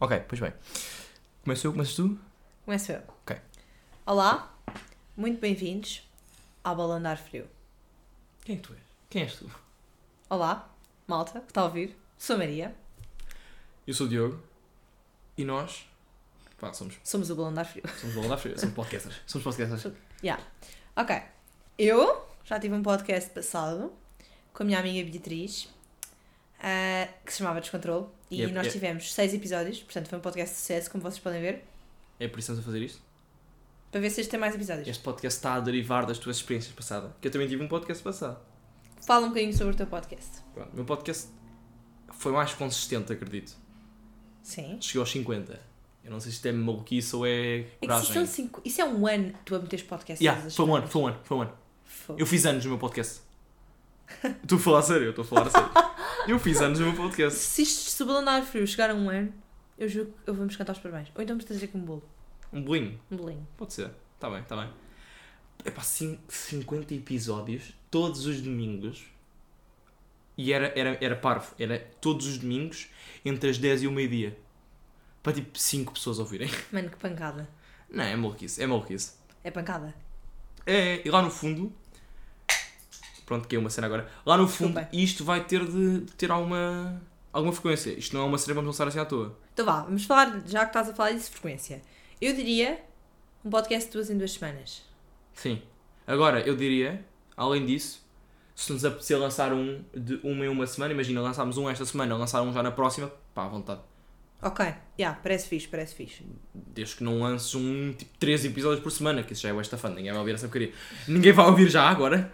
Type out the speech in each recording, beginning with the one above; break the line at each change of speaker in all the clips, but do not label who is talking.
Ok, pois bem. Começo eu, começas tu?
Começo eu.
Ok.
Olá, muito bem-vindos ao Balandar Frio.
Quem é que tu és? Quem és tu?
Olá, malta, que está a ouvir? Sou a Maria,
Eu sou o Diogo e nós. Pá, somos.
somos o Balandar Frio.
Somos Bola da Fria, somos podcasters. Somos podcasters.
Yeah. Ok, eu já tive um podcast passado com a minha amiga Beatriz, ah, que se chamava Descontrole, e
Yep,
nós
yep.
tivemos seis episódios, portanto foi um podcast de sucesso, como vocês podem ver,
É por isso que estamos a fazer isto.
para ver se este tem mais episódios.
Este podcast está a derivar das tuas experiências passadas. Que eu também tive um podcast passado.
Fala um bocadinho sobre o teu podcast.
Pronto, o meu podcast foi mais consistente, acredito.
Sim.
Chegou aos 50. Eu não sei se isto é maluquice ou é
É que se são
coragem.
cinco, isso é um ano que tu a meteres podcast.
Yeah, foi um ano, foi um ano, foi um ano. Eu fiz anos no meu podcast. Estou a falar a sério, eu estou a falar a sério. Eu fiz anos no meu podcast.
Se isto se o Balandar Frio chegar a um ano, eu juro que eu vou-vos cantar os parabéns. Ou então vamos trazer aqui um bolo,
Um bolinho.
um bolinho.
Pode ser. Está bem, está bem. Epá, cin- 50 episódios, todos os domingos. E era, era, era parvo. Era todos os domingos, entre as 10 e o meio-dia. Para tipo 5 pessoas ouvirem.
Mano, que pancada.
Não, é maluquice, é maluquice.
É pancada.
É, e lá no fundo. Pronto, que é uma cena agora. Lá no fundo,
Desculpa.
isto vai ter de, de ter alguma, alguma frequência. Isto não é uma cena que vamos lançar assim à toa.
Então vá, vamos falar, já que estás a falar disso, frequência. Eu diria um podcast de duas em duas semanas.
Sim. Agora, eu diria, além disso, se nos apetecer lançar um de uma em uma semana, imagina, lançámos um esta semana, lançar um já na próxima, pá, à vontade.
Ok, já, parece fixe, parece fixe.
Desde que não lances um, tipo, 3 episódios por semana, que isso já é o esta fã, ninguém vai ouvir essa porcaria. Ninguém vai ouvir já agora.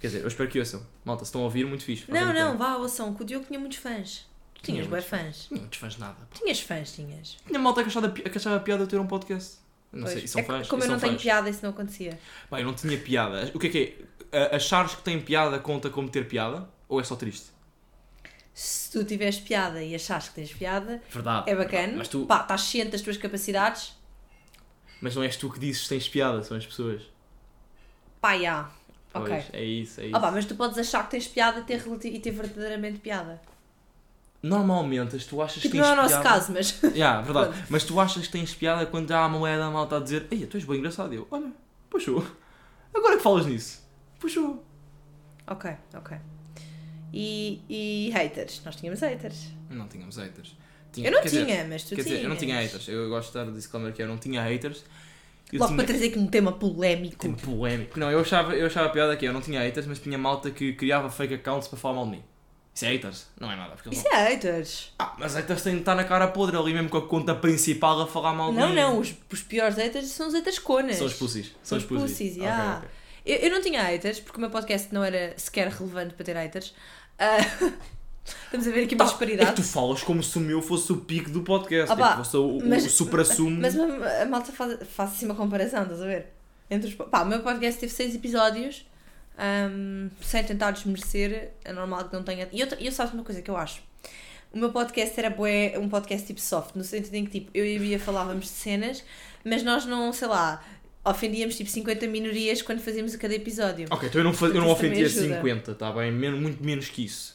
Quer dizer, eu espero que ouçam. Malta, se estão a ouvir, muito fixe.
não,
Fazem
não,
bem.
vá, ouçam, que o Diogo tinha muitos fãs. Tu
um Tinha
tinhas bué
muitos
fãs.
Não desfãs nada, pá.
Tinhas fãs, tinhas.
Tinha malta que achava, que achava piada eu ter um podcast. Eu Não
Pois.
sei, e são
É que
fãs.
Como
e
eu
são
não tenho
fãs.
piada, isso não acontecia.
Pá, eu não tinha piada. O que é que é? A- Achares que tem piada conta como ter piada? Ou é só triste?
Se tu tiveres piada e achares que tens piada,
Verdade.
é bacana.
Ah, Mas, tu,
Pá, estás ciente das tuas capacidades?
mas não és tu que dizes que tens piada, são as pessoas.
Pá, já.
Pois,
Ok.
é isso, é isso.
Ah pá, mas tu podes achar que tens piada e ter, relati- e ter verdadeiramente piada.
Normalmente as tu achas
Tipo,
que
não
tens
é o nosso
piada.
caso, mas.
Yeah, verdade. Mas tu achas que tens piada quando já há uma moeda malta a dizer Ei, tu és bem engraçado. E eu, olha, puxou. Agora que falas nisso, puxou.
ok, ok. E, e haters? Nós tínhamos haters.
Não tínhamos haters. Tinha-
Eu não
quer dizer,
tinha, mas tu
Quer
tinhas.
dizer, eu não tinha haters. Eu gosto de dar o disclaimer é que eu não tinha haters. Eu
Logo
tinha...
para trazer aqui um tema polémico.
Tem polémico. Não, eu achava, eu achava piada que é, eu não tinha haters, mas tinha malta que criava fake accounts para falar mal de mim. Isso é haters? Não é nada. Porque eles
Isso é haters.
não... Ah, mas haters têm de estar na cara podre ali mesmo com a conta principal a falar mal de
Não,
mim.
não, os, os piores haters são os haters conas.
São os pussies. São os
os pussies,
pussies. Ok,
yeah.
ok.
Eu, eu não tinha haters, porque o meu podcast não era sequer relevante para ter haters. Ah, estamos a ver aqui
Tá,
uma
É que
disparidade.
tu falas como se o meu fosse o pico do podcast.
Ah pá,
tipo, fosse o, o-
mas-
o supra-sumo.
Mas a, a malta faz, faz assim uma comparação, estás a ver? Entre os, po- pá, o meu podcast teve seis episódios, ahm, sem tentar desmerecer, é normal que não tenha. E eu, te- eu sabes uma coisa que eu acho. O meu podcast era bué, um podcast tipo soft, no sentido em que tipo, eu e a Bia falávamos de cenas, mas nós não, sei lá, ofendíamos tipo 50 minorias quando fazíamos cada episódio.
Ok, então eu não, faz... eu não
Isso também
ofendia
ajuda.
50, está bem? Men- muito menos que isso.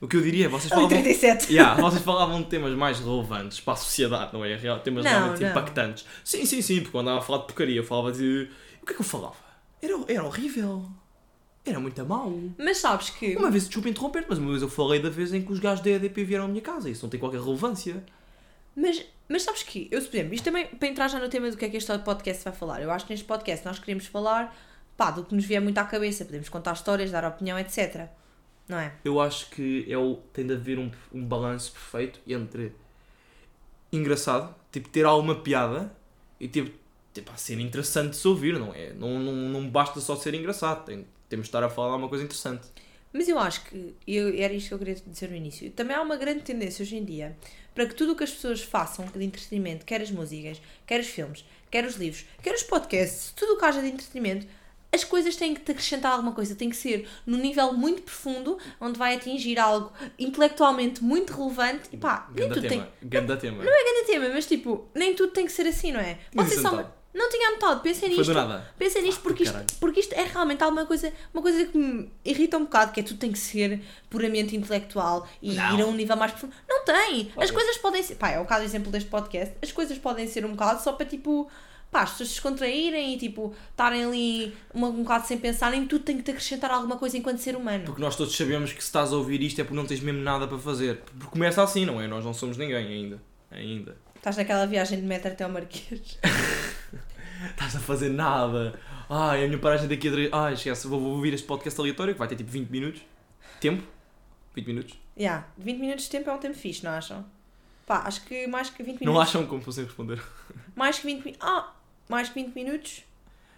O que eu diria é vocês
Ali,
falavam
37.
Yeah, vocês falavam de temas mais relevantes para a sociedade, não é? Real, temas
Não,
realmente
não.
impactantes. Sim, sim, sim, porque quando andava a falar de porcaria, eu falava de. O que é que eu falava? Era, era horrível. Era muito a mal.
Mas sabes que.
Uma vez, desculpa interromper mas uma vez eu falei da vez em que os gajos da EDP vieram à minha casa. Isso não tem qualquer relevância.
Mas, mas sabes que, eu, por exemplo, isto também para entrar já no tema do que é que este podcast vai falar, eu acho que neste podcast nós queremos falar pá, do que nos vier muito à cabeça, podemos contar histórias, dar opinião, etc. Não é?
Eu acho que é o, tem de haver um, um balanço perfeito entre engraçado, tipo, ter alguma piada e tipo, tipo, a ser interessante de se ouvir, não é? Não, não, não basta só ser engraçado, tem- temos de estar a falar uma coisa interessante.
Mas eu acho que, e eu, era isto que eu queria dizer no início, também há uma grande tendência hoje em dia para que tudo o que as pessoas façam de entretenimento, quer as músicas, quer os filmes, quer os livros, quer os podcasts, tudo o que haja de entretenimento, as coisas têm que te acrescentar alguma coisa, tem que ser num nível muito profundo, onde vai atingir algo intelectualmente muito relevante e pá, nem
Ganda
tudo Ah, então tem,
tema, ganda tema.
Não é grande tema, mas tipo, nem tudo tem que ser assim, não é? Pode ser só uma,
Inocentado.
Não tinha anotado, pensei
Foi
nisto.
do nada.
Pensei nisto
Ah,
porque isto,
caralho.
porque isto é realmente alguma coisa, uma coisa que me irrita um bocado, que é tudo tem que ser puramente intelectual e
Não.
ir a um nível mais profundo. Não tem! As
Olha.
coisas podem ser. Pá, é um bocado o exemplo deste podcast. As coisas podem ser um bocado só para tipo. Pá, as pessoas se descontraírem e tipo estarem ali um, um bocado sem pensar em tudo tem que te acrescentar alguma coisa enquanto ser humano.
Porque nós todos sabemos que se estás a ouvir isto é porque não tens mesmo nada para fazer. Porque começa assim, não é? Nós não somos ninguém ainda. Ainda.
Estás naquela viagem de metro até ao Marquês.
Estás a fazer nada. Ai, a minha paragem daqui a três. Ai, esquece, vou, vou ouvir este podcast aleatório que vai ter tipo 20 minutos. Tempo? 20 minutos.
Já, 20 minutos de tempo é um tempo fixe, não acham? Pá, acho que mais que 20
Não
minutos.
acham como fossem responder?
Mais que 20 minutos. Ah, mais que 20 minutos.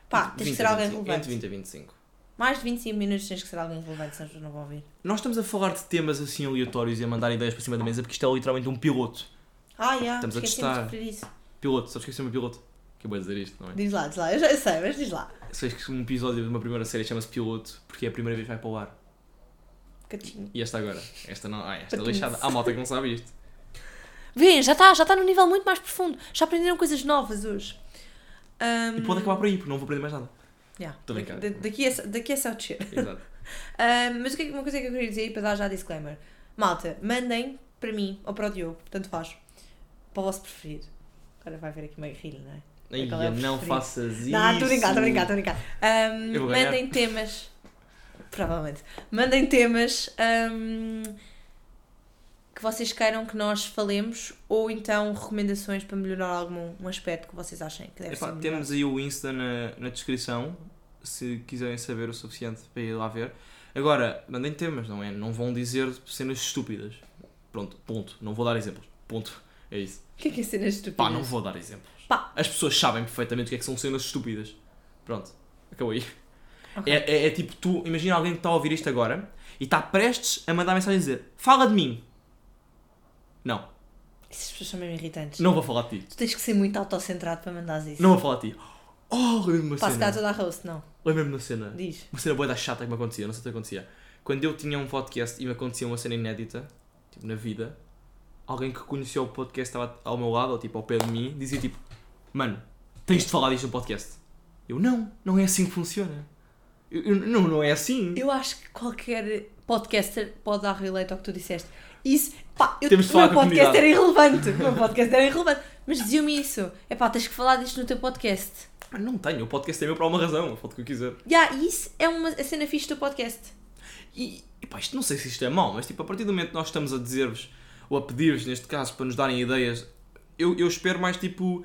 Pá, tens que
20
ser
a
alguém
25,
relevante.
Entre 20 a 25.
Mais de 25 minutos tens que ser alguém relevante, senão as pessoas não vão ouvir.
Nós estamos a falar de temas assim aleatórios e a mandar ideias para cima da mesa porque isto é literalmente um piloto.
Ah, já,
Estamos a
esquecemos de
testar.
referir isso.
Piloto, sabes que é um piloto? Que vou dizer isto, não é?
Diz lá, diz lá, eu já sei, mas diz lá.
Sabes que um episódio de uma primeira série chama-se Piloto porque é a primeira vez que vai para o ar.
Catinho.
E esta agora? Esta não. Ai, esta
Patins.
lixada. Há malta que não sabe isto.
Vêem, já está, já está num nível muito mais profundo. Já aprenderam coisas novas hoje. Ahm,
E pode acabar por aí porque não vou aprender mais nada.
Um, já.
Tô brincando.
Da- Daqui é, só- daqui é só descer.
Exato.
Ahm, mas o que é que- uma coisa que eu queria dizer e para dar já disclaimer. Malta, mandem para mim ou para o Diogo, tanto faz, para o vosso preferido. Agora vai haver aqui meio rir, não é?
Ai,
Qual é o
não
preferido?
faças isso.
Não, estou a brincar, estou a brincar, estou a brincar. Ahm,
Eu vou ganhar.
mandem temas. Provavelmente. Mandem temas ahm, que vocês queiram que nós falemos ou então recomendações para melhorar algum um aspecto que vocês achem que deve
Epá,
ser. melhor.
temos aí o Insta na, na descrição, se quiserem saber o suficiente para ir lá ver. Agora, mandem temas, não é? Não vão dizer cenas estúpidas. Pronto, ponto. Não vou dar exemplos. Ponto. É isso.
O que é que é cenas estúpidas?
Pá, não vou dar exemplos.
Pá.
As pessoas sabem perfeitamente o que é que são cenas estúpidas. Pronto. Acabou aí.
Ok.
É, é- é tipo, tu imagina alguém que está a ouvir isto agora e está prestes a mandar mensagem a dizer Fala de mim. Não,
Essas pessoas são mesmo irritantes.
não vou falar de ti.
Tu tens que ser muito autocentrado para mandares isso.
Não vou falar de ti. Oh, lembro-me da
Pá, se calhar
cena.
toda a roast, não.
Lembro-me da cena.
Diz.
Uma cena boa da chata que me acontecia, não sei se te acontecia. Quando eu tinha um podcast e me acontecia uma cena inédita, tipo, na vida, alguém que conheceu o podcast estava ao meu lado, ou tipo, ao pé de mim, dizia tipo, mano, tens de falar disto no podcast. Eu, não, não é assim que funciona. Eu, eu, não, não é assim.
Eu acho que qualquer podcaster pode dar relate ao que tu disseste. Isso, pá, eu,
Temos de
o meu
falar com a
podcast era
comunidade.
irrelevante. O meu podcast era irrelevante. Mas diziam-me isso. É pá, tens que falar disto no teu podcast.
Mas não tenho, o podcast é meu por alguma razão, eu falo o que eu quiser.
Yeah, e isso é uma a cena fixe do podcast.
E, e pá, isto não sei se isto é mau, mas tipo, a partir do momento que nós estamos a dizer-vos, ou a pedir-vos, neste caso, para nos darem ideias, eu, eu espero mais tipo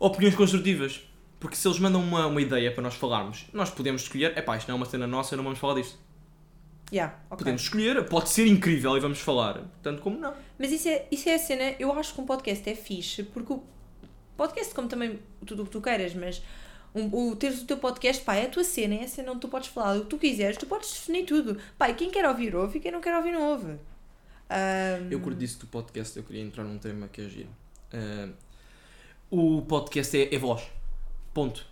opiniões construtivas. Porque se eles mandam uma, uma ideia para nós falarmos, nós podemos escolher, é pá, isto não é uma cena nossa, não vamos falar disto.
Yeah, ok.
Podemos escolher, pode ser incrível e vamos falar, tanto como não.
Mas isso é, isso é a cena, eu acho que um podcast é fixe, porque o podcast, como também tudo o que tu queiras, mas um, o teres o teu podcast, pá, é a tua cena, é a cena onde tu podes falar o que tu quiseres, tu podes definir tudo. Pá, e quem quer ouvir, ouve, e quem não quer ouvir, não ouve. Ahm,
Eu curto disso do podcast, eu queria entrar num tema que é giro. Ah, o podcast é, é voz. Ponto.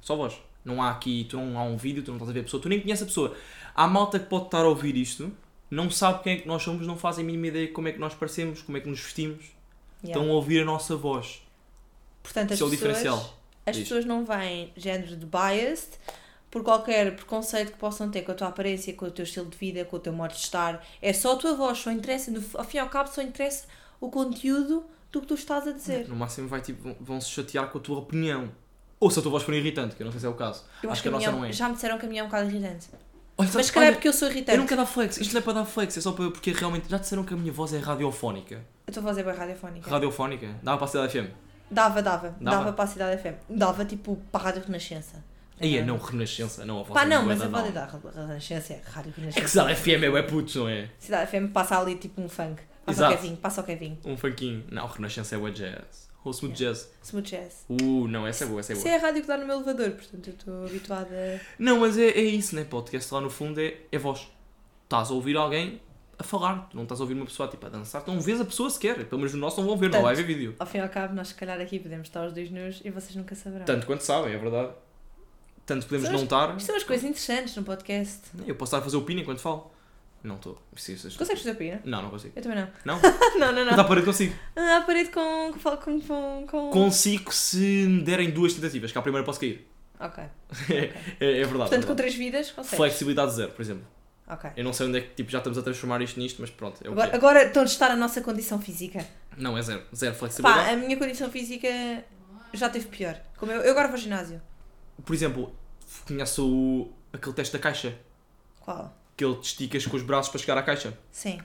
Só voz. Não há aqui, tu não há um vídeo, tu não estás a ver a pessoa, tu nem conheces a pessoa. Há malta que pode estar a ouvir isto, não sabe quem é que nós somos, não faz a mínima ideia de como é que nós parecemos, como é que nos vestimos.
yeah.
Estão a ouvir a nossa voz.
Portanto, as
Esse é o
pessoas,
diferencial.
As
Diz.
pessoas não veem género de biased por qualquer preconceito que possam ter com a tua aparência, com o teu estilo de vida, com o teu modo de estar. É só a tua voz, só interessa, no, ao fim e ao cabo, só interessa o conteúdo do que tu estás a dizer.
No máximo vai, tipo, vão- vão se chatear com a tua opinião. Ou se a tua voz for irritante, que eu não sei se é o caso.
Eu
acho que a
minha-
nossa não é.
Já me disseram que a minha é um bocado irritante.
Olha, sabes-
Mas se calhar é
olha,
porque eu sou irritante.
eu não quero dar flex, isto não é para dar flex, é só para, porque realmente já disseram que a minha voz é radiofónica.
A tua voz é bem radiofónica.
Radiofónica? Dava para a cidade FM?
Dava, dava, dava.
Dava?
para a Cidade FM. Dava tipo para a Rádio Renascença.
Aí é não, Renascença, não a voz
Pá,
é
não,
bué
mas
da
a voz é
nova.
da Ra- Renascença é Rádio
É que
Renascença.
Cidade FM é bué putos, não é?
Cidade FM passa ali tipo um funk. Passa
Exato.
o Kevin, passa o Kevin.
Um funkinho. Não, Renascença é bué jazz. Ou smooth jazz.
Smooth jazz.
Uh, não, essa é boa, essa é
Isso
boa.
é a rádio que dá no meu elevador, portanto eu estou habituada a...
Não, mas é, é isso, né? Podcast lá no fundo é, é voz. Estás a ouvir alguém a falar. Tu não estás a ouvir uma pessoa tipo a dançar. Tu não vês a pessoa sequer. Pelo menos o nosso não vão ver, não vai ver vídeo.
Ao fim e ao cabo, nós se calhar aqui podemos estar os dois nus e vocês nunca saberão.
Tanto quanto sabem, é verdade. Tanto podemos
Sabes-
não estar.
Isto são as coisas interessantes no podcast.
Eu posso estar a fazer o pino enquanto falo. Não estou. Preciso.
Consegues fazer pina?
Não, não consigo.
Eu também não.
Não? Então-
não, não,
Mas à
não.
parede consigo.
Ah, a parede com. com. com. com...
Consigo se me derem duas tentativas, que à primeira posso cair. Ah,
Ok.
É, é verdade.
Portanto, com
verdade.
três vidas, consegues.
Flexibilidade zero, por exemplo.
Ok.
Eu não sei onde é que tipo, já estamos a transformar isto nisto, mas pronto, é o que
Agora,
é.
agora estão a testar a nossa condição física.
Não, é zero. Zero flexibilidade.
Pá, a minha condição física já teve pior. Como eu, eu agora vou ao ginásio. é-
Por exemplo, conheço o- aquele teste da caixa,
Qual?
que ele te esticas com os braços para chegar à caixa.
Sim.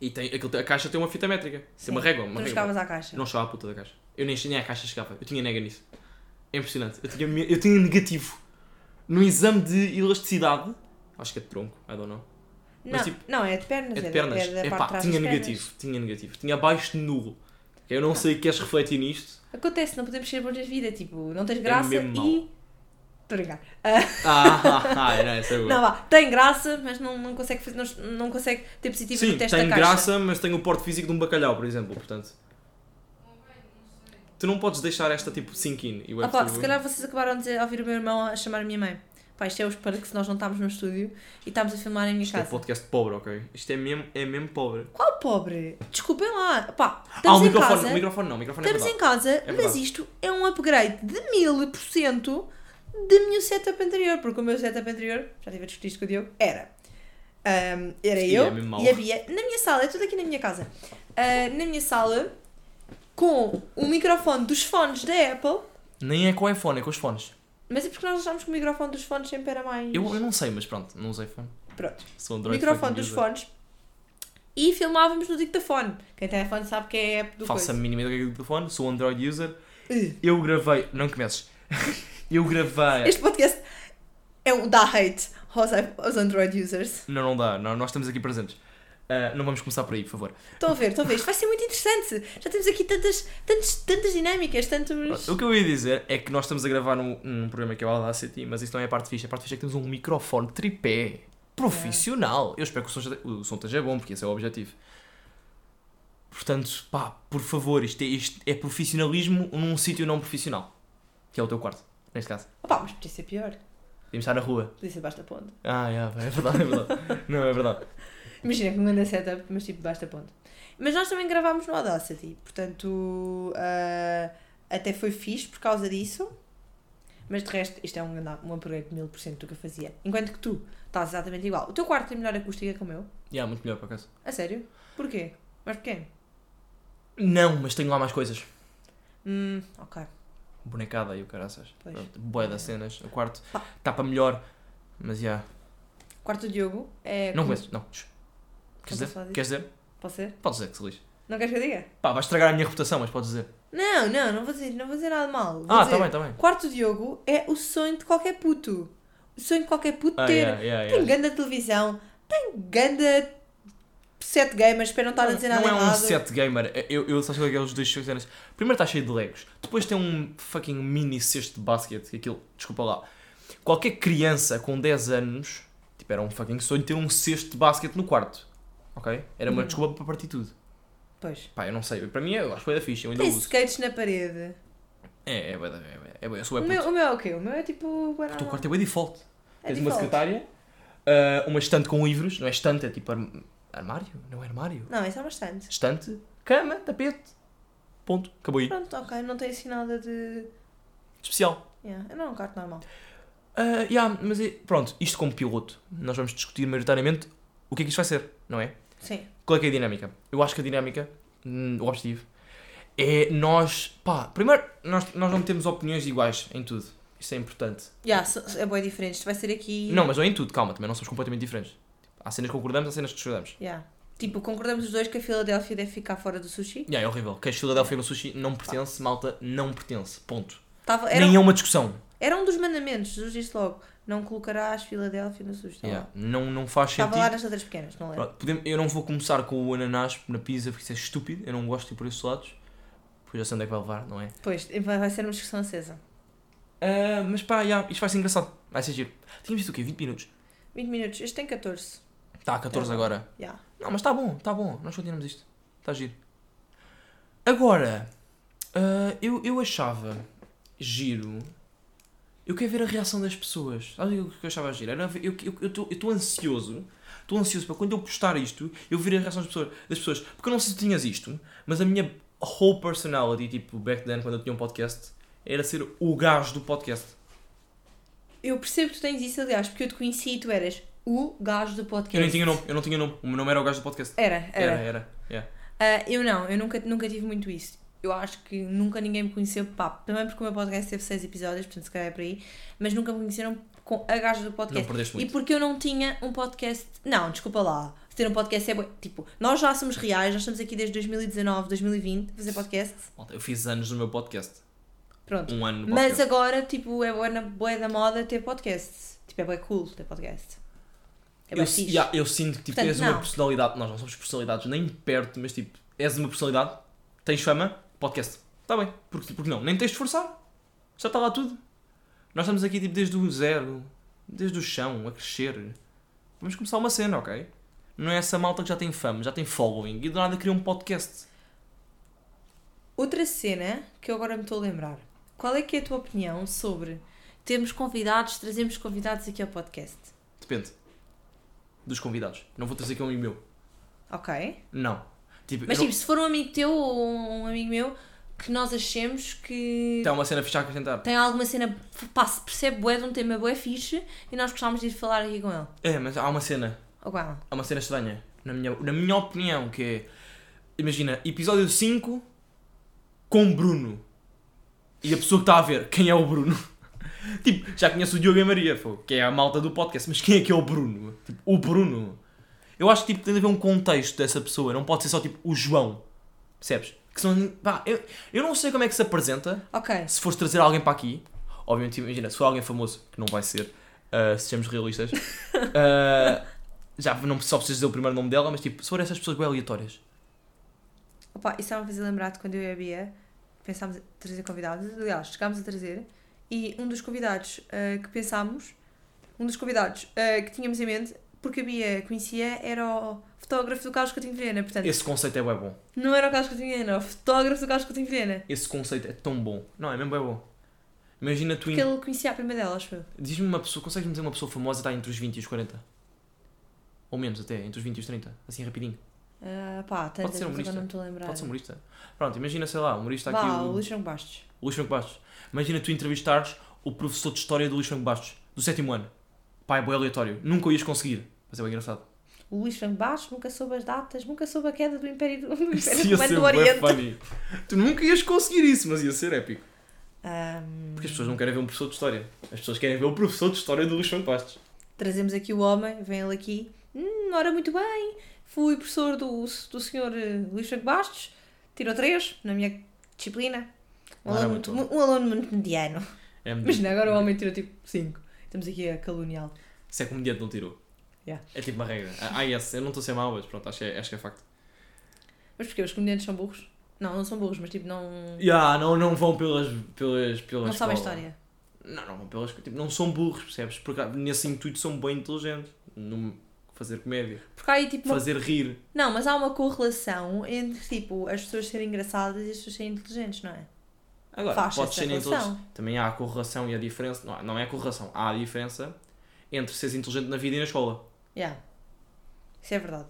E tem, aquele, a caixa tem uma fita métrica.
sim.
Tem uma régua,
Tu
uma
não
régua.
chegavas à caixa.
Não chegava a puta da caixa. Eu nem, nem à caixa chegava. Eu tinha nega nisso. É impressionante. Eu tinha, eu tinha negativo. No exame de elasticidade, acho que é de tronco, I don't know.
Não,
mas tipo-
não, é de pernas.
É de
da-
pernas.
da parte de
Epá,
trás
tinha
das pernas. Ah.
negativo. Tinha negativo. Tinha abaixo de nulo. Eu não sei, queres refletir nisto?
Acontece, não podemos ser bons na vida. Tipo, não tens graça
É mesmo mau.
e. Estou a brincar. Ah,
Ah, ah, ah era essa
não,
agora.
vá, tem graça, mas não, não consegue fazer, não, não consegue ter positivo
Sim,
no teste da
tem
caixa. Ah,
graça, mas tem o porte físico de um bacalhau, por exemplo. Portanto, tu não podes deixar esta tipo sink in. e o
Ah, pá,
F2.
se calhar vocês acabaram de dizer- ouvir o meu irmão a chamar a minha mãe. Pá, isto é os para que se nós não estamos no estúdio e estamos a filmar em minha
Isto é
casa.
podcast pobre, ok? Isto é mesmo, é mesmo pobre.
Qual pobre? Desculpem lá. Pá,
Ah, o
estamos em
microfone,
casa.
o microfone não, o microfone é
Estamos
verdade.
em casa, mas
verdade.
isto é um upgrade de 1000% do meu setup anterior, porque o meu setup anterior, já tive a discutir isto com o Diogo, era. ahm, era
E
eu
é mesmo mau.
e havia na minha sala, é tudo aqui na minha casa, ah, na minha sala, com o microfone dos fones da Apple,
Nem é com o iPhone, é com os fones.
mas é porque nós achámos que o microfone dos fones sempre era mais.
Eu, eu não sei, mas pronto, não usei fone.
Pronto,
Sou
o
Android
microfone
fucking
dos
user.
fones e filmávamos no dictafone. Quem tem iPhone sabe que é a app do
Faço a
coisa.
mínima ideia do telefone, sou um Android user.
Ih.
Eu gravei. Não comeces. Eu gravei.
Este podcast é um dá hate aos, i- aos Android users.
Não, não dá, não, nós estamos aqui presentes. Ah, não vamos começar por aí, por favor.
Estão a ver, estão a ver. Isto vai ser muito interessante. Já temos aqui tantas, tantas, tantas dinâmicas, tantos.
O que eu ia dizer é que nós estamos a gravar num, num programa que é o Audacity, mas isso não é a parte fixe. A parte fixe é que temos um microfone tripé profissional. Eu espero que o som, esteja- o som esteja bom, porque esse é o objetivo. Portanto, pá, por favor, isto é, isto é profissionalismo num sítio não profissional, que é o teu quarto, neste caso.
Opa, mas podia ser pior.
Podíamos estar na rua.
Podia ser debaixo da ponte.
Ah, é, é verdade, é verdade. não, é verdade.
Imagina que um grande setup, mas tipo debaixo da ponte. Mas nós também gravámos no Audacity, portanto. ah, até foi fixe por causa disso. Mas de resto, isto é um, grande- um upgrade de 1000% do que eu fazia. Enquanto que tu estás exatamente igual. O teu quarto tem melhor acústica que o meu.
Yeah, muito melhor, por acaso.
A sério? Porquê? Mais pequeno?
Não, mas tenho lá mais coisas.
Hum, ok.
Bonecada e o caraças.
Pois. É.
Pronto, Boé das cenas. O quarto
Pá.
está para melhor. Mas já.
O quarto do Diogo é.
Não
como-
conheço, não. Shh.
Não
Queres
posso falar
dizer? Queres dizer?
Pode ser?
Podes dizer que se lixe.
Não queres que eu diga?
Pá, vais estragar a minha reputação, mas podes dizer.
Não, não, não vou dizer, não vou dizer nada de mal. Vou
ah,
dizer,
está bem, está bem.
Quarto Diogo é o sonho de qualquer puto. O sonho de qualquer puto
Ah,
ter.
yeah, yeah,
Tem
yeah.
ganda televisão, tem ganda set gamers, espero não estar a dizer
não
nada
é um
errado.
set gamer. Eu, eu só sei aqueles dois cenas. assim. Primeiro está cheio de legos. Depois tem um fucking mini cesto de basquete. Aquilo, desculpa lá. Qualquer criança com 10 anos, tipo, era um fucking sonho ter um cesto de basquete no quarto. Ok? Era uma
Hum.
desculpa para partir tudo.
Pois.
Pá, eu não sei. Para mim, eu acho que é da ficha. Eu ainda
Tem
uso.
skates na parede.
É, é, bué da- é, bué- é, bué- eu sou é
o,
puto.
meu, o meu é o quê? O meu é tipo.
O teu quarto é bem default.
é
Tens uma
default.
secretária, ah, uma estante com livros, não é estante, é tipo arm- armário? Não é armário?
Não, isso é bastante.
Estante, cama, tapete. Ponto. Acabou aí.
Pronto, ok, não tem assim nada de.
Especial.
Yeah, eu não é um quarto normal.
Ah, yeah, mas é- pronto, isto como piloto, nós vamos discutir maioritariamente o que é que isto vai ser, não é?
Sim.
Qual é que é a dinâmica? Eu acho que a dinâmica, hum, o objetivo, é nós. pá, primeiro, nós, nós não temos opiniões iguais em tudo. Isto é importante.
Yeah, so- so- é bem diferente. Isto vai ser aqui.
Não, mas não é em tudo, calma, também não somos completamente diferentes. Há cenas que concordamos, há cenas que discordamos.
Yeah. Tipo, concordamos os dois que a Filadélfia deve ficar fora do sushi?
Yeah, é horrível. Queijo de Filadélfia no sushi não pertence, malta, não pertence. Ponto.
Tava, era,
Nem é uma discussão.
era um dos mandamentos, Jesus disse logo: não colocarás Filadélfia no sushi. Tá lá.
Yeah, Não, não faz
Estava
sentido.
lá nas letras pequenas, não lembro.
Pronto, podemos- eu não vou começar com o ananás na pizza porque isso é estúpido. Eu não gosto de ir por esses lados. Pois já sei onde é que vai levar, não é?
Pois, vai vai ser uma discussão acesa.
Ah, mas pá, yeah, isto vai ser engraçado. Vai ser giro. Tínhamos visto o quê? 20 minutos.
20 minutos, este tem 14.
Está a 14
Tá bom.
agora.
Já.
Não, mas está bom, está bom. Nós continuamos isto. Está giro. eh, Agora, ah, eu, eu achava giro. Eu quero ver a reação das pessoas. Sabe o que eu achava giro? Era ver- Eu estou eu, tô- eu tô ansioso. Estou ansioso para quando eu postar isto, eu ver a reação das pessoas, das pessoas. Porque eu não sei se tu tinhas isto, mas a minha whole personality, tipo, back then, quando eu tinha um podcast, era ser o gajo do podcast.
Eu percebo que tu tens isso, aliás, porque eu te conheci e tu eras o gajo do podcast.
Eu nem tinha nome, eu não tinha nome. O meu nome era o gajo do podcast.
Era, era.
Era, era. yeah.
Ah, eu não, eu nunca, nunca tive muito isso. Eu acho que nunca ninguém me conheceu, pá, também porque o meu podcast teve seis episódios, portanto se calhar é por aí, mas nunca me conheceram com a gaja do podcast.
Não perdeste
E
muito.
porque eu não tinha um podcast. Não, desculpa lá. Ter um podcast é. bué- Tipo, nós já somos reais, nós estamos aqui desde 2019, 2020 a fazer podcast.
Malta, Eu fiz anos no meu podcast.
Pronto.
Um ano no podcast.
Mas agora, tipo, é boa, na, bué da moda ter podcast. Tipo, é bué cool ter podcast. É bué
eu,
fixe.
yeah, eu sinto que tipo,
Portanto,
és
não.
uma personalidade. Nós não somos personalidades nem perto, mas tipo, és uma personalidade, tens fama, podcast. Está bem. Porque, porque não? Nem tens de esforçar. Já está lá tudo. Nós estamos aqui tipo, desde o zero, desde o chão, a crescer. Vamos começar uma cena, ok? Não é essa malta que já tem fama, já tem following e do nada cria um podcast.
Outra cena que eu agora me estou a lembrar. Qual é que é a tua opinião sobre termos convidados, trazermos convidados aqui ao podcast?
Depende dos convidados. Não vou trazer aqui um amigo meu.
Ok?
Não. Tipo,
Mas
eu
tipo, se for um amigo teu ou um amigo meu que nós achemos que
não... tem uma cena fechada que acrescentar.
tem alguma cena, pá, se percebe bué de um tema bué fixe e nós gostávamos de ir falar aqui com ele.
É, mas há uma cena
Ou com ela.
há É uma cena estranha, na minha, na minha opinião, que é. Imagina, episódio 5 com Bruno. E a pessoa que está a ver, quem é o Bruno? tipo, já conheço o Diogo e a Maria, fô, que é a malta do podcast, mas quem é que é o Bruno? Tipo, o Bruno. Eu acho que tipo, tem de haver um contexto dessa pessoa, não pode ser só tipo o João. Percebes? Que são, pá, eu, eu não sei como é que se apresenta,
Ok.
se fores trazer alguém para aqui, obviamente, tipo, imagina, se for alguém famoso, que não vai ser, uh, sejamos realistas, uh, já não só precisas dizer o primeiro nome dela, mas tipo, se for essas pessoas bem aleatórias.
Opa, isso estava a fazer lembrar de quando eu e a Bia pensámos em trazer convidados. Aliás, chegámos a trazer. E um dos convidados ah, que pensámos, um dos convidados ah, que tínhamos em mente, porque a Bia conhecia, era o fotógrafo do Carlos Coutinho Vilhena. Portanto,
Esse conceito é bem bom.
não era o Carlos Coutinho Vilhena, era o fotógrafo do Carlos Coutinho Vilhena.
Esse conceito é tão bom. Não, é mesmo bem bom. Imagina tu. in-
Porque ele conhecia a prima dela, acho eu.
Diz-me uma pessoa, consegues-me dizer uma pessoa famosa que está entre os 20 e os 40? Ou menos até, entre os 20 e os 30. Assim rapidinho.
Ah, pá,
Pode
tantas,
ser um
mas
humorista.
agora não me estou a lembrar.
Pode ser humorista. Pronto, imagina, sei lá, humorista aqui. um-
Vá, o
o-
Luís Franco Bastos.
Luís Franco Bastos. Imagina tu entrevistares o professor de História do Luís Franco Bastos, do sétimo ano. Pá, é bem aleatório. Nunca o ias conseguir. Mas é bem engraçado.
O Luís Franco Bastos nunca soube as datas, nunca soube a queda do Império do, do,
Isso
Império
ia
Romano
ser
do
bem
Oriente.
funny. Tu nunca ias conseguir isso, mas ia ser épico.
Ahm,
Porque as pessoas não querem ver um professor de História. As pessoas querem ver o professor de História do Luís Franco Bastos.
trazemos aqui o homem, vem ele aqui. Hum, ora, muito bem. Fui professor do, do senhor eh, Luís Franco Bastos, tirou três na minha disciplina. Um
Não era
aluno
muito
muito, um aluno muito mediano.
É medido.
Imagina, agora o homem tirou tipo cinco. Estamos aqui a caluniá-lo.
Se é comediante, não tirou.
Yeah.
É tipo uma regra. Ah, yes. Eu não estou a ser mau, mas pronto, acho que é, acho que é facto.
Mas porquê? Os comediantes são burros? Não, não são burros, mas tipo, não,
Yeah, não, não vão pelas. pelas, pelas
não sabem a
escola.
história.
Não, não, pelas, tipo, não são burros, percebes? Porque nesse intuito são bem inteligentes. Num, fazer comédia,
Porque há aí tipo uma
fazer rir.
Não, mas há uma correlação entre, tipo, as pessoas serem engraçadas e as pessoas serem inteligentes, não é?
Agora,
Faz
pode
essa
ser nem todos.
relação.
Também há a correlação e a diferença. Não, há- não é a correlação, há a diferença entre seres inteligente na vida e na escola.
Yeah. Isso é verdade.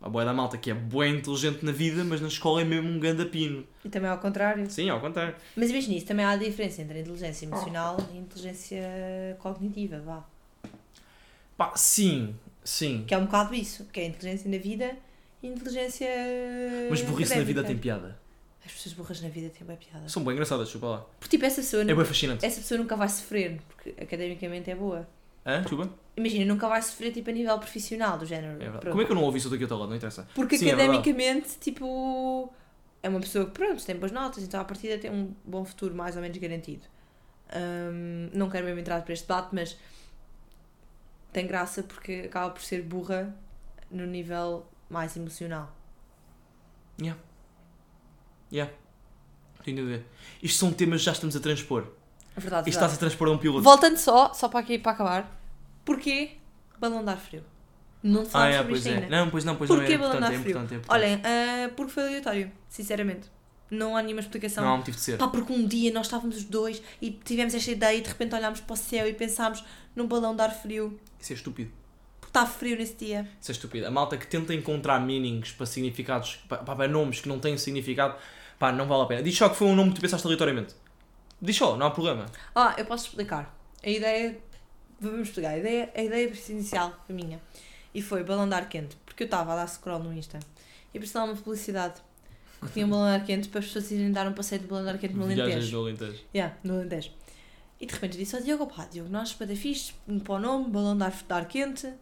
A boia da malta que é boa inteligente na vida, mas na escola é mesmo um ganda pino.
E também ao contrário.
Sim, ao contrário.
Mas imagina isso, também há a diferença entre a inteligência
Oh.
emocional e a inteligência cognitiva, vá.
Pá, sim, sim.
Que é um bocado isso, que é a inteligência na vida e a inteligência.
Mas burrice na vida tem
académica.
piada.
As pessoas burras na vida têm boa piada.
São bem engraçadas, chupa lá.
Porque, tipo, essa pessoa,
É
nu-
bem fascinante.
essa pessoa nunca vai sofrer, porque academicamente é boa.
Hã? Chupa?
Imagina, nunca vai sofrer, tipo, a nível profissional, do género.
É verdade.
pronto.
Como é que eu não ouvi isso daqui até lá? Não interessa.
Porque
Sim, é verdade.
academicamente, tipo, é uma pessoa que, pronto, tem boas notas, então à partida tem um bom futuro mais ou menos garantido. Hum, não quero mesmo entrar para este debate, mas tem graça porque acaba por ser burra no nível mais emocional.
Tenho dúvida. Isto são temas que já estamos a transpor.
É Verdade,
Isto está-se
verdade.
a transpor a um piloto.
Voltando só, só para aqui para acabar, porquê balão de ar frio? Não
Ah,
falámos
é,
sobre
pois
isto
é.
ainda.
Não, pois não, pois não.
Porquê
é
balão de
importante,
ar
é
frio?
importante, é importante.
Olhem, ah, porque foi aleatório, sinceramente. Não há nenhuma explicação.
Não há motivo de ser.
Pá, porque um dia nós estávamos os dois e tivemos esta ideia e de repente olhámos para o céu e pensámos num balão de ar frio.
Isso é estúpido.
Porque está frio nesse dia.
Isso é estúpido. A malta que tenta encontrar meanings para significados, para, para nomes que não têm significado, pá, não vale a pena. Diz só que foi um nome que tu pensaste aleatoriamente. Diz só, não há problema.
Ah, eu posso explicar. A ideia. Vamos pegar. A ideia, a ideia inicial foi minha. E foi balão de ar quente. Porque eu estava a dar scroll no Insta e precisava uma publicidade. Que tinha um balão de ar quente para as pessoas irem dar um passeio de balão de ar quente no
Viagens
Alentejo.
do Alentejo.
Yeah, no Alentejo. E de repente eu disse ao Diogo, pá, Diogo, nós para fixe, um para o nome, balão de ar, de ar quente.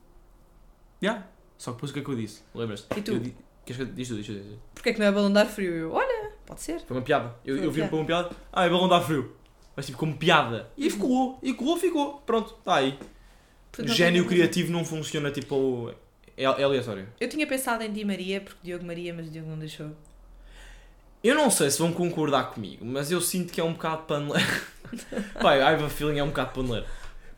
Yeah. Só que depois o que é que eu disse? Lembras-te?
E tu?
Eu di- Queres que eu diz tu, diz tu, diz tu.
Porquê é que não é balão de ar frio? Eu, olha, pode ser.
Foi uma piada. Eu,
Foi
eu
uma
vi
piada.
para uma piada, ah, é balão dá frio. Mas tipo, como piada. E
Uhum.
ficou, e colou, ficou. Pronto, está aí.
Portanto, não
Gênio
tem-
criativo não funciona tipo. É, é aleatório.
Eu tinha pensado em Di Maria, porque Diogo Maria, mas o Diogo não deixou.
Eu não sei se vão concordar comigo, mas eu sinto que é um bocado paneleiro. Pai, I have a feeling é um bocado paneleiro.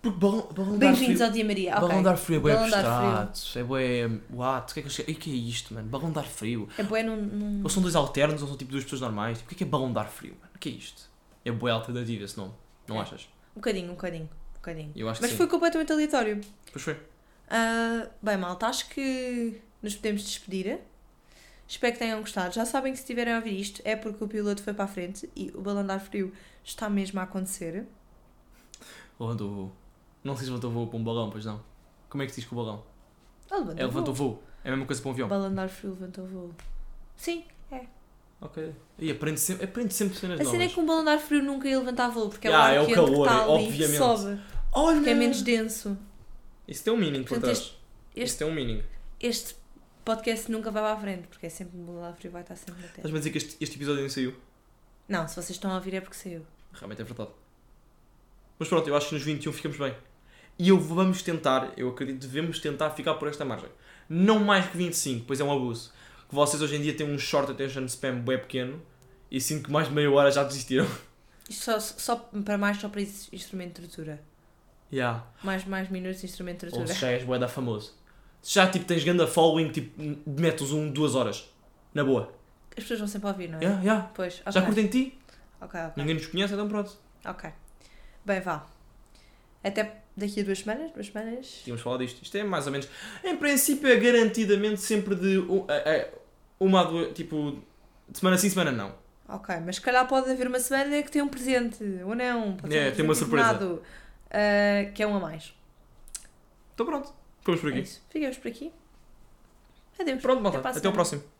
Porque balão, balão de ar
Bem-vindos
frio-
ao Di Maria. ok.
Balão de ar frio é bué
Balão de ar frio.
abstrato, é bué... What? O que é que eu cheguei... E que é isto, mano? Balão de ar frio.
É bué num... num-
Ou são dois alternos ou são tipo duas pessoas normais. Tipo, o que é que é balão de ar frio, mano? O que é isto? É bué alternativo esse nome. Não
É.
achas?
Um bocadinho, um bocadinho, um bocadinho.
Eu acho que
Mas
sim.
foi completamente aleatório.
Pois foi.
Ah, bem, malta, acho que nos podemos despedir. Espero que tenham gostado. Já sabem que se estiverem a ouvir isto é porque o piloto foi para a frente e o balão de ar frio está mesmo a acontecer.
Ou levantou o voo. Não sei se levantou o voo para um balão, pois não. Como é que se diz que o balão?
Ah, levantou
É levantou o
o
voo. É a mesma coisa para um
voo. O
avião.
balão de ar frio levantou o voo. Sim, é.
Ok. E aprende sempre, aprende sempre cenas
A cena é
novas.
que um balão de ar frio nunca ia levantar voo porque
Ya,
é
é
o
o
ar quente
calor,
que está ali
obviamente.
que sobe.
Olha!
Porque é menos denso.
Isso tem um meaning por
Portanto,
trás.
este- é
Isso tem um meaning.
Este podcast nunca vai para a frente porque é sempre um balão de ar frio vai estar sempre na terra.
Estás-me a dizer que este, este episódio não saiu?
Não, se vocês estão a ouvir é porque saiu.
Realmente é verdade. Mas pronto, eu acho que nos 21 ficamos bem. E eu vamos tentar, eu acredito, devemos tentar ficar por esta margem. Não mais que 25, pois é um abuso. Que vocês hoje em dia têm um short attention spam bem pequeno e sinto que mais de meia hora já desistiram.
Isto só, só para mais só para esse instrumento de tortura.
Yeah.
Mais, mais minutos de instrumento de
Ou
tortura.
se já és bué da famoso. Se já tipo, tens ganda following, tipo, metes um, duas horas. Na boa.
As pessoas vão sempre ouvir, não é?
Yeah, yeah.
Pois, ok.
Já curtem de ti?
Ok, ok.
Ninguém nos conhece, então pronto.
Ok. Bem, vá. Até daqui a duas semanas, duas semanas.
Tínhamos falado disto. Isto é mais ou menos. Em princípio é garantidamente sempre de um- é- é uma a duas. Tipo, de semana sim, semana não.
Ok, mas se calhar pode haver uma semana que tem um presente, ou não. Pode
É,
um
tem uma
presente
surpresa.
isolado, ah, que é um a mais.
Então pronto. Vamos por
É
aqui.
isso. É Ficamos por aqui. Adeus.
Pronto,
Até
malta.
para a
Até o
semana.
próximo.